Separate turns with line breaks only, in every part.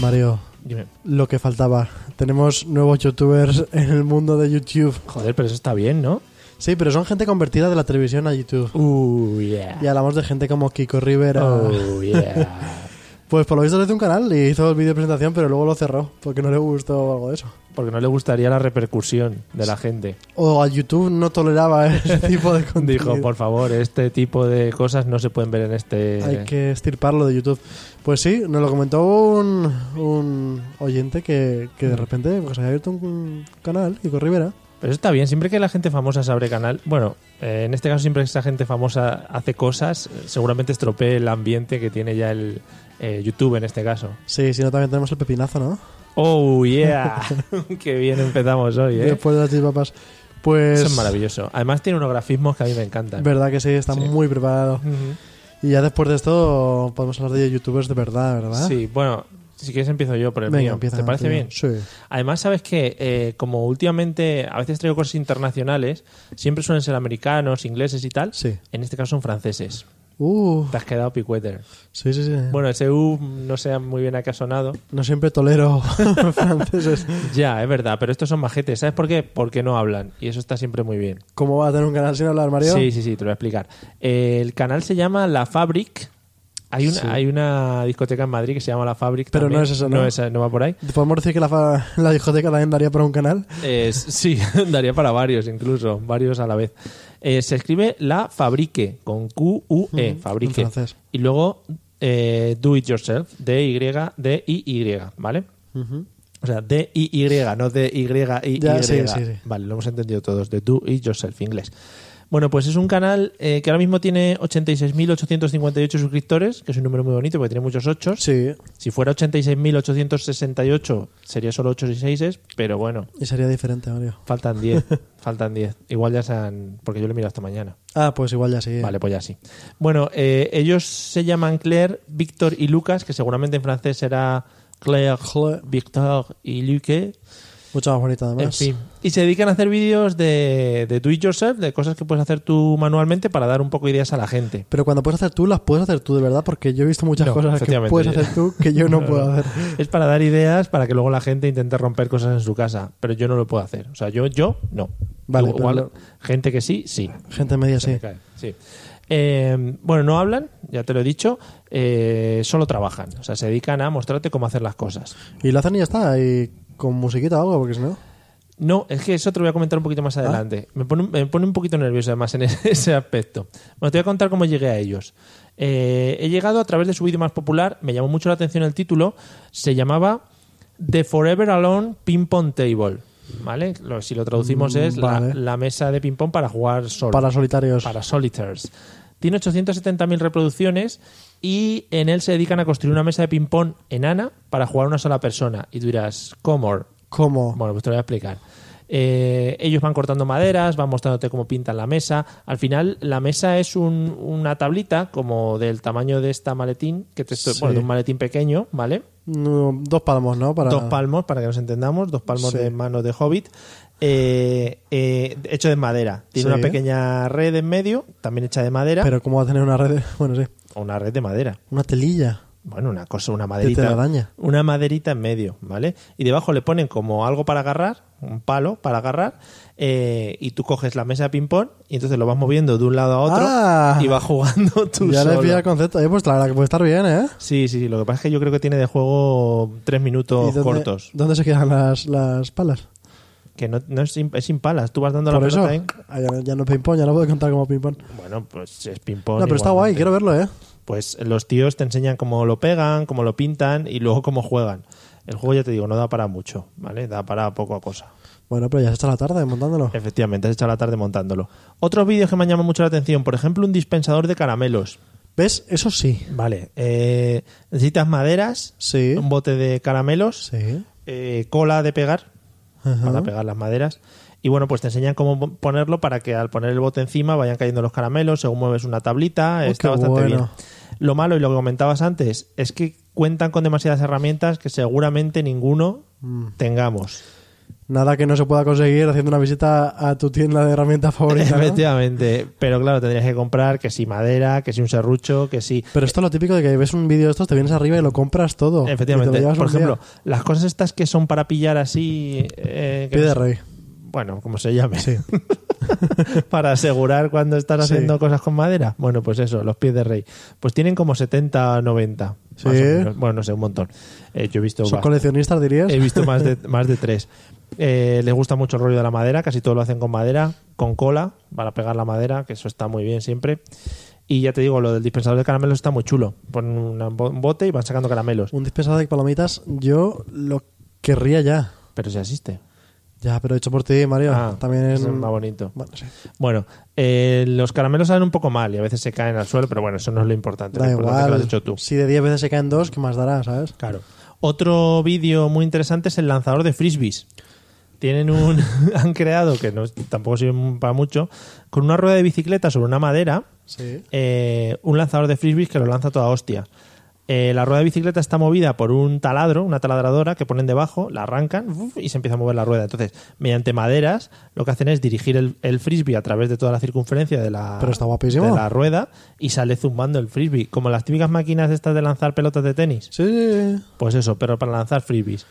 Mario,
Dime,
lo que faltaba. Tenemos nuevos youtubers en el mundo de YouTube.
joder, pero eso está bien, ¿no?
Sí, pero son gente convertida de la televisión a YouTube.
Uh, yeah.
Y hablamos de gente como Kiko Rivera.
Oh, yeah.
Pues por lo visto le hizo un canal y hizo el vídeo de presentación, pero luego lo cerró porque no le gustó algo de eso.
Porque no le gustaría la repercusión de la gente.
O a YouTube no toleraba ese tipo de contenido.
Dijo, por favor, este tipo de cosas no se pueden ver en este...
Hay que estirparlo de YouTube. Pues sí, nos lo comentó un, un oyente que, que de repente pues, había abierto un canal, Kiko Rivera.
Pero eso está bien, siempre que la gente famosa se abre canal, bueno, eh, en este caso siempre que esa gente famosa hace cosas, eh, seguramente estropee el ambiente que tiene ya el eh, YouTube en este caso.
Sí, si no, también tenemos el pepinazo, ¿no?
Oh, yeah. Qué bien empezamos hoy, ¿eh?
Después de las chispapas. Pues.
Eso es maravilloso. Además tiene unos grafismos que a mí me encantan.
Verdad que sí, está
Sí.
muy preparado.
Ujú.
Y ya después de esto podemos hablar de youtubers de verdad, ¿verdad?
Sí, bueno, si quieres empiezo yo por el
Venga,
mío.
empieza.
¿Te parece
tío.
bien?
Sí.
Además, sabes que como últimamente a veces traigo cosas internacionales, siempre suelen ser americanos, ingleses y tal.
Sí.
En este caso son franceses.
Uh,
Te has quedado picueter.
sí, sí, sí.
Bueno, ese U no sé muy bien a qué ha sonado.
No siempre tolero franceses.
Ya, es verdad, pero estos son majetes. ¿Sabes por qué? Porque no hablan. Y eso está siempre muy bien.
¿Cómo va a tener un canal sin hablar, Mario?
Sí, sí, sí, te lo voy a explicar. Eh, el canal se llama La Fabric. Hay una,
Sí.
hay una discoteca en Madrid que se llama La Fabric.
Pero
también.
no es eso, ¿no?
No, es- no va por ahí.
¿Podemos decir que la, fa- la discoteca también daría para un canal?
Eh, sí, daría para varios incluso, varios a la vez. Eh, se escribe la fabrique, con Q-U-E, fabrique.
en francés.
Y luego eh, do it yourself, D-Y-D-I-Y, ¿vale? O sea, D-I-Y, no D-Y-I-Y.
Ya, sí, sí, sí.
Vale, lo hemos entendido todos, de do it yourself, inglés. Bueno, pues es un canal eh, que ahora mismo tiene 86.858 suscriptores, que es un número muy bonito porque tiene muchos ochos.
Sí.
Si fuera 86.868 sería solo 8 y 6, pero bueno.
Y sería diferente, Mario.
Faltan 10. faltan 10. Igual ya se han. Porque yo lo miro hasta mañana.
Ah, pues igual ya sí.
Vale, pues ya sí. Bueno, eh, ellos se llaman Claire, Víctor y Lucas, que seguramente en francés será Claire, Victor y Luque.
Mucho más bonito, además.
En fin. Y se dedican a hacer vídeos de, de do it yourself, de cosas que puedes hacer tú manualmente para dar un poco de ideas a la gente.
Pero cuando puedes hacer tú, las puedes hacer tú de verdad, porque yo he visto muchas
No,
cosas que
efectivamente.
puedes hacer tú que yo no puedo hacer.
Es para dar ideas para que luego la gente intente romper cosas en su casa. Pero yo no lo puedo hacer. O sea, yo, yo no.
Vale,
Igual,
pero
gente que sí, sí.
Gente media
Se
sí.
me cae, sí. Eh, bueno, no hablan, ya te lo he dicho, eh, solo trabajan, o sea, se dedican a mostrarte cómo hacer las cosas.
Y lo hacen y ya está, y con musiquita o algo, porque si no.
No, es que eso te lo voy a comentar un poquito
Ah.
más adelante. Me, pone, un- me pone un poquito nervioso además en ese, ese aspecto. Bueno, te voy a contar cómo llegué a ellos. Eh, he llegado a través de su vídeo más popular, me llamó mucho la atención el título, se llamaba The Forever Alone Ping Pong Table. ¿Vale? Lo- si lo traducimos
Mm,
es la-
vale.
la, mesa de ping pong para jugar solo.
Para solitarios.
Pues para Solitaires. Tiene 870.000 reproducciones y en él se dedican a construir una mesa de ping-pong enana para jugar una sola persona. Y tú dirás, ¿cómo?
¿Cómo?
Bueno, pues te lo voy a explicar. Eh, ellos van cortando maderas, van mostrándote cómo pintan la mesa. Al final, la mesa es un- una tablita como del tamaño de esta maletín, que te estoy-
Sí.
bueno, de un maletín pequeño, ¿vale?
No, dos palmos, ¿no? Para...
Dos palmos, para que nos entendamos, dos palmos
Sí.
de manos de hobbit, eh, eh, hecho de madera. Tiene
Sí.
una pequeña red en medio, también hecha de madera,
Pero ¿cómo va a tener una red? de- Bueno, sí.
o una red de madera.
Una telilla.
Bueno, una cosa, una maderita.
telaraña.
Una maderita en medio, ¿vale? Y debajo le ponen como algo para agarrar, un palo para agarrar, eh, y tú coges la mesa de ping-pong y entonces lo vas moviendo de un lado a otro
Ah.
y vas jugando tú
ya le
solo.
pilla el concepto. Eh, pues la verdad que puede estar bien, ¿eh?
Sí, sí, sí. Lo que pasa es que yo creo que tiene de juego tres minutos
¿Y dónde-
cortos.
¿Dónde se quedan las, las palas?
Que no, no es, sin, es sin palas. Tú vas dando
Por
la
eso.
pelota ahí.
Ah, Ya, ya no es ping-pong, ya no puedo contar como ping-pong.
Bueno, pues es ping-pong.
No, pero está guay,
igualmente.
quiero verlo, ¿eh?
Pues los tíos te enseñan cómo lo pegan, cómo lo pintan y luego cómo juegan. El juego, ya te digo, no da para mucho, ¿vale? Da para poco a cosa.
Bueno, pero ya se está la tarde montándolo.
Eh. Efectivamente, has echado la tarde montándolo. Otros vídeos que me han llamado mucho la atención, por ejemplo, un dispensador de caramelos.
¿Ves? Eso sí.
Vale. eh, necesitas maderas,
Sí.
un bote de caramelos,
Sí.
eh, cola de pegar,
Ajá.
para pegar las maderas. Y bueno, pues te enseñan cómo pon- ponerlo para que al poner el bote encima vayan cayendo los caramelos, según mueves una tablita,
Uy,
está
Oh, qué
bastante
bueno.
bien. Lo malo, y lo que comentabas antes, es que cuentan con demasiadas herramientas que seguramente ninguno
Mm.
tengamos.
Nada que no se pueda conseguir haciendo una visita a tu tienda de herramientas favorita. ¿no?
Efectivamente, pero claro, tendrías que comprar que si madera, que si un serrucho, que si...
Pero esto es lo típico de que ves un vídeo de estos, te vienes arriba y lo compras todo. Oh, Y te
Efectivamente,
lo llevas
por
un día.
ejemplo, las cosas estas que son para pillar así... eh, que
Pie de
no sé-
rey.
bueno, como se llame,
Sí.
para asegurar cuando estás
Sí.
haciendo cosas con madera. Bueno, pues eso, los pies de rey. Pues tienen como 70 o 90.
Sí.
más o menos. Bueno, no sé, un montón. Eh, yo he visto,
Son
bast-
coleccionistas, dirías.
he visto más de, más de tres. Eh, les gusta mucho el rollo de la madera, casi todo lo hacen con madera, con cola, para pegar la madera, que eso está muy bien siempre. Y ya te digo, lo del dispensador de caramelos está muy chulo. Ponen una- un bote y van sacando caramelos.
Un dispensador de palomitas, yo lo querría ya.
Pero si asiste.
Ya, pero hecho por ti, Mario.
Ah,
También es.
eso es más bonito.
Bueno, sí.
Bueno, eh, los caramelos salen un poco mal y a veces se caen al suelo, pero bueno, eso no es lo importante.
Da
lo importante es que
igual.
lo has hecho tú.
Si de 10 veces se caen dos, ¿qué más dará, sabes?
Claro. Otro vídeo muy interesante es el lanzador de frisbees. Tienen un. han creado, que no, tampoco sirve para mucho, con una rueda de bicicleta sobre una madera,
Sí.
eh, un lanzador de frisbees que lo lanza toda hostia. Eh, la rueda de bicicleta está movida por un taladro, una taladradora que ponen debajo, la arrancan ¡uf! y se empieza a mover la rueda. Entonces, mediante maderas, lo que hacen es dirigir el, el frisbee a través de toda la circunferencia de la,
Pero está guapísimo.
de la rueda y sale zumbando el frisbee. Como las típicas máquinas estas de lanzar pelotas de tenis.
Sí, sí, sí.
Pues eso, pero para lanzar freebies.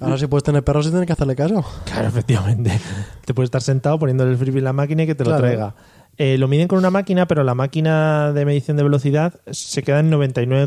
Ahora si puedes tener perros y tienes que hacerle caso.
Claro, efectivamente. Te puedes estar sentado poniéndole el freebie en la máquina y que te lo
Claro.
traiga. Eh, lo miden con una máquina, pero la máquina de medición de velocidad se queda en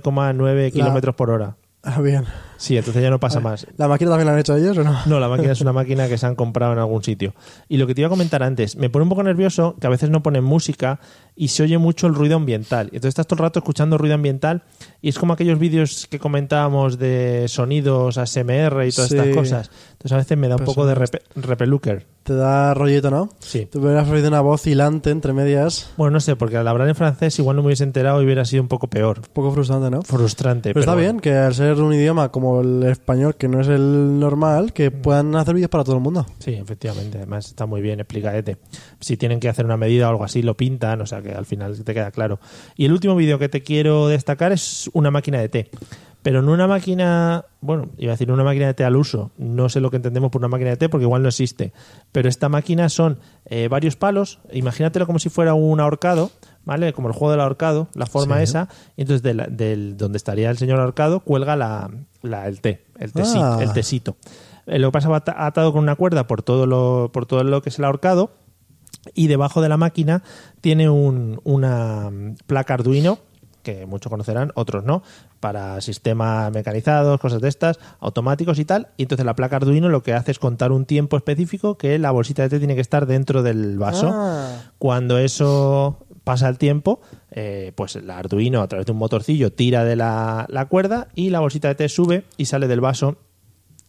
99,9 kilómetros por hora.
Ah, bien.
Sí, entonces ya no pasa más.
¿La máquina también la han hecho ellos o no?
No, la máquina es una máquina que se han comprado en algún sitio. Y lo que te iba a comentar antes, me pone un poco nervioso que a veces no ponen música y se oye mucho el ruido ambiental. Y Entonces estás todo el rato escuchando ruido ambiental y es como aquellos vídeos que comentábamos de sonidos, ASMR y todas
Sí. Pues
estas cosas. Entonces a veces me da un
Pero
poco de repe- repeluker.
Te da rollito, ¿no?
Sí.
Te hubieras ofrecido una voz hilante entre medias.
Bueno, no sé, porque al hablar en francés igual no me hubiese enterado y hubiera sido un poco peor.
Un poco frustrante, ¿no?
Frustrante.
Pero Pues está
bueno.
bien que al ser un idioma como el español, que no es el normal, que
Mm.
puedan hacer vídeos para todo el mundo.
Sí, efectivamente. Además está muy bien explicadete. Si tienen que hacer una medida o algo así, lo pintan, o sea que al final te queda claro. Y el último vídeo que te quiero destacar es una máquina de té. Pero no una máquina, bueno, iba a decir una máquina de té al uso. No sé lo que entendemos por una máquina de té porque igual no existe. Pero esta máquina son eh, varios palos. Imagínatelo como si fuera un ahorcado, ¿vale? Como el juego del ahorcado, la forma
Sí.
esa. Y entonces de la- del, donde estaría el señor ahorcado cuelga la, la- el té, el tesi-
Ah.
el tesito. Eh, Lo que pasa va ata- atado con una cuerda por todo lo, por todo lo que es el ahorcado y debajo de la máquina tiene un- una mm, placa Arduino que muchos conocerán, otros no, para sistemas mecanizados, cosas de estas, automáticos y tal. Y entonces la placa Arduino lo que hace es contar un tiempo específico que la bolsita de té tiene que estar dentro del vaso.
Ah.
Cuando eso pasa el tiempo, eh, pues el Arduino a través de un motorcillo tira de la, la cuerda y la bolsita de té sube y sale del vaso.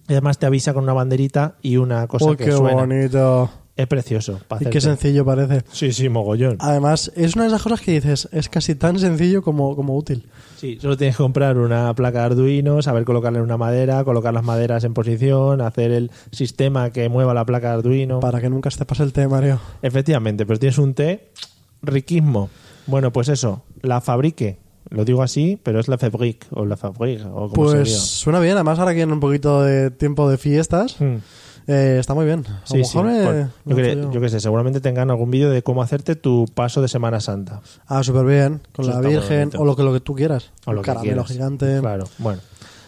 Y además te avisa con una banderita y una cosa
Uy,
que
qué
suena.
bonito.
Es precioso. para
Y
hacer
qué
té.
sencillo Ah. parece.
Sí, sí, mogollón.
Además, es una de esas cosas que dices, es casi tan sencillo como, como útil.
Sí, solo tienes que comprar una placa de Arduino, saber colocarla en una madera, colocar las maderas en posición, hacer el sistema que mueva la placa de Arduino.
Para que nunca se te pase el té, Mario.
Efectivamente, pero tienes un té riquismo. Bueno, pues eso, la fabrique. Lo digo así, pero es la fabrique o la fabrique o como se
Pues
diga.
suena bien, además ahora que en un poquito de tiempo de fiestas,
Hmm.
eh, está muy bien. A lo
Sí, sí.
mejor, eh,
Bueno,
lo
yo,
he
que,
hecho yo.
yo que sé, seguramente tengan algún vídeo de cómo hacerte tu paso de Semana Santa.
Ah, súper bien, con
Eso
la
está muy
Virgen,
bonito.
o lo que, lo que tú quieras.
O lo
Un
que
caramelo
quieras.
gigante.
Claro, bueno.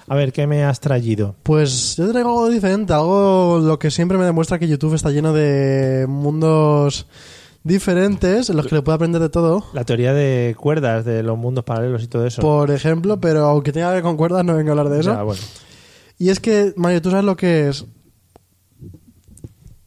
A ver, ¿qué me has traído?
Pues yo traigo algo diferente, algo lo que siempre me demuestra que YouTube está lleno de mundos diferentes en los que le puedo aprender de todo.
La teoría de cuerdas, de los mundos paralelos y todo eso.
Por ejemplo, pero aunque tenga que ver con cuerdas, no vengo a hablar de Pues eso.
Ya, bueno.
Y es que, Mario, tú sabes lo que es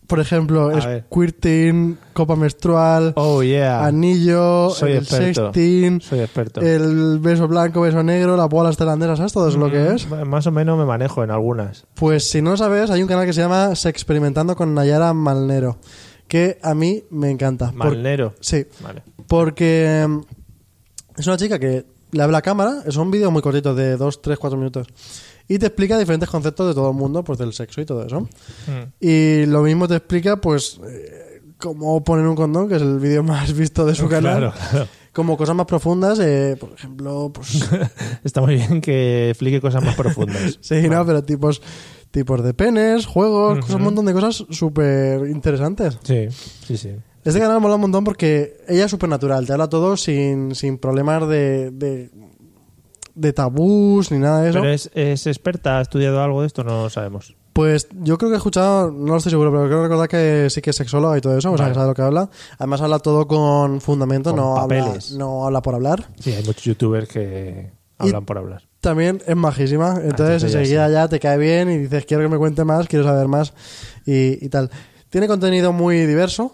Por ejemplo,
A
es
ver.
quirting, copa menstrual,
Oh, yeah.
anillo,
Soy
el
experto.
sexting,
Soy experto.
el beso blanco, beso negro, las bolas tailandesas, ¿sabes todo eso lo que es?
Mm, Más o menos me manejo en algunas.
Pues si no lo sabes, hay un canal que se llama Se Experimentando con Nayara Malnero, que a mí me encanta. Por-
Malnero.
Sí,
Vale.
porque mm, es una chica que le habla a cámara, son vídeos muy cortitos de 2, 3, 4 minutos, y te explica diferentes conceptos de todo el mundo, pues del sexo y todo eso.
Mm.
Y lo mismo te explica, pues, eh, cómo poner un condón, que es el vídeo más visto de su canal.
Mm. Claro, claro.
Como cosas más profundas, eh, por ejemplo, pues...
Está muy bien que explique cosas más profundas.
sí, no, pero tipos, tipos de penes, juegos, cosas- un montón de cosas súper interesantes.
Sí, sí, sí.
Este canal mola un montón porque ella es súper natural, te habla todo sin, sin problemas de, de, de tabús ni nada de eso.
Pero es, es experta, ha estudiado algo de esto, no lo sabemos.
Pues yo creo que he escuchado, no lo estoy seguro, pero creo recordar que sí que es sexóloga y todo eso, o sea,
Vale.
que sabe lo que habla. Además habla todo con fundamento,
Con
no, habla,
papeles.
no habla por hablar.
Sí, hay muchos youtubers que hablan por hablar.
También es majísima, entonces
Ah, entonces ya
enseguida
sí.
ya te cae bien y dices, quiero que me cuente más, quiero saber más y, y tal. Tiene contenido muy diverso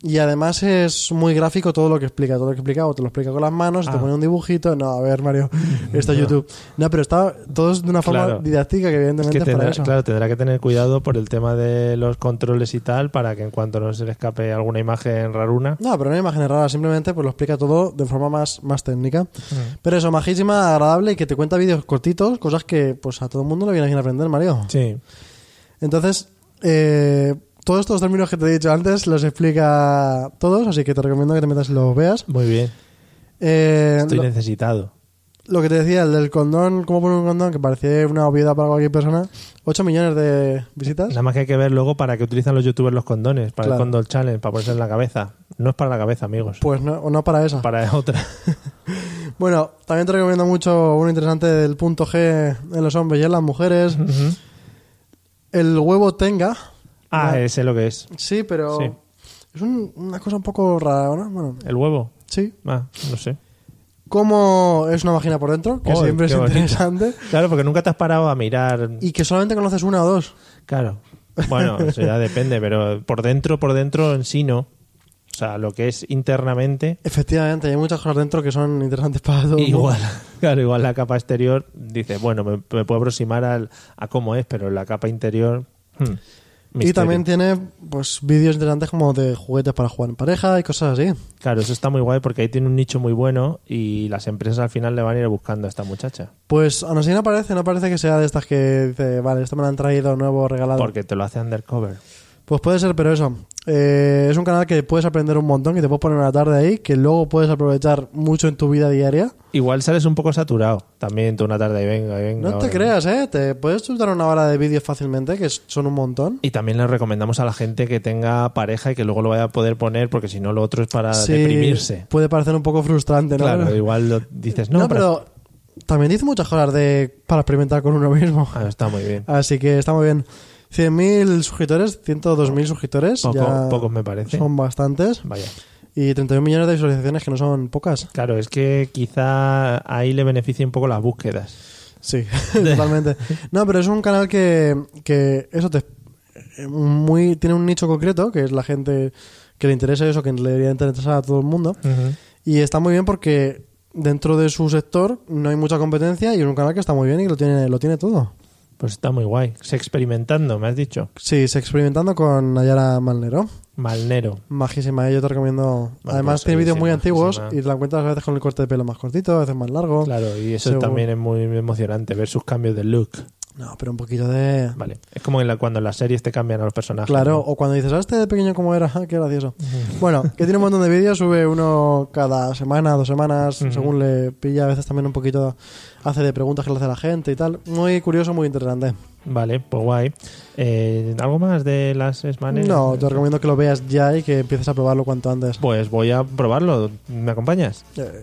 y además es muy gráfico todo lo que explica, todo lo que explica, o te lo explica con las manos, te
Ah.
pone un dibujito. No, a ver, Mario, esto es YouTube. No, pero está todo es de una forma
Claro.
didáctica que
Es
evidentemente
que
es, para
tendrá,
eso.
claro, tendrá que tener cuidado por el tema de los controles y tal, para que en cuanto no se le escape alguna imagen raruna.
No, pero no hay imágenes raras, simplemente pues lo explica todo de forma más, más técnica.
Mm.
Pero eso, majísima, agradable y que te cuenta vídeos cortitos, cosas que pues a todo el mundo le viene bien aprender, Mario.
Sí.
Entonces, eh, todos estos términos que te he dicho antes los explica todos, así que te recomiendo que te metas y los veas.
Muy bien.
Eh,
Estoy
lo,
necesitado.
lo que te decía, el del condón, cómo poner un condón, que parecía una obviedad para cualquier persona, 8 millones de visitas.
Nada más que hay que ver luego para qué utilizan los youtubers los condones, para
Claro.
el condol challenge, para ponerse en la cabeza. No es para la cabeza, amigos.
Pues no, o no para esa.
Para otra.
Bueno, también te recomiendo mucho uno interesante del punto G en los hombres y en las mujeres.
Ujú.
El huevo tenga.
Ah,
Vale.
ese es lo que es.
Sí, pero
Sí.
es un- una cosa un poco rara, ¿no? Bueno,
El huevo.
sí.
Ah, no sé.
Cómo es una vagina por dentro, que
Oh,
siempre es
qué bonito.
interesante.
Claro, porque nunca te has parado a mirar.
Y que solamente conoces una o dos.
Claro. Bueno, eso ya depende, pero por dentro, por dentro en sí no. O sea, lo que es internamente,
Efectivamente, hay muchas cosas dentro que son interesantes para todo. el mundo.
igual. Claro, igual la capa exterior dice, bueno, me, me puedo aproximar al, a cómo es, pero la capa interior. hmm,
Y
misterio.
también tiene pues vídeos interesantes como de juguetes para jugar en pareja y cosas así.
Claro, eso está muy guay porque ahí tiene un nicho muy bueno y las empresas al final le van a ir buscando a esta muchacha.
Pues aún así no parece, no parece que sea de estas que dice, vale, esto me lo han traído nuevo, regalado.
Porque te lo hace undercover.
Pues puede ser, pero eso. eh, es un canal que puedes aprender un montón, que te puedes poner una tarde ahí, que luego puedes aprovechar mucho en tu vida diaria.
Igual sales un poco saturado también tú una tarde y venga, y venga.
No te
ahora.
creas, ¿eh? Te puedes chutar una hora de vídeos fácilmente, que son un montón.
Y también le recomendamos a la gente que tenga pareja y que luego lo vaya a poder poner, porque si no, lo otro es para
Sí,
deprimirse.
Puede parecer un poco frustrante, ¿no?
Claro, igual lo dices, no,
No, pero también dice muchas cosas de, para experimentar con uno mismo.
Ah, está muy bien.
Así que está muy bien. 100.000 suscriptores, 102.000 suscriptores.
Poco-
ya
pocos me parece.
Son bastantes.
Vaya.
Y 31 millones de visualizaciones, que no son pocas.
Claro, es que quizá ahí le beneficie un poco las búsquedas.
Sí, totalmente. No, pero es un canal que, que eso te muy tiene un nicho concreto, que es la gente que le interesa eso, que le debería interesar a todo el mundo. Y está muy bien porque dentro de su sector no hay mucha competencia y es un canal que está muy bien y lo tiene, lo tiene todo.
Pues está muy guay. Se experimentando, me has dicho.
Sí, se experimentando con Nayara Malnero.
Malnero.
Majísima, eh, yo te recomiendo.
Vale,
Además,
pues,
tiene
sí,
vídeos
sí,
muy antiguos
majísima.
y te la encuentras a veces con el corte de pelo más cortito, a veces más largo.
Claro, y eso
Oh, Seguro.
también es muy emocionante, ver sus cambios de look.
No, pero un poquito de.
Vale. Es como en la- cuando en las series te cambian a los personajes.
Claro,
¿no?
o cuando dices, ah, este de pequeño cómo era, Ah, qué gracioso. Bueno, que tiene un montón de vídeos, sube uno cada semana, dos semanas,
Ujú.
según le pilla, a veces también un poquito hace de preguntas que le hace a la gente y tal. Muy curioso, muy interesante.
Vale, pues guay. Eh, ¿Algo más de las semanas?
No, te recomiendo que lo veas ya y que empieces a probarlo cuanto antes.
Pues voy a probarlo. ¿Me acompañas?
Eh,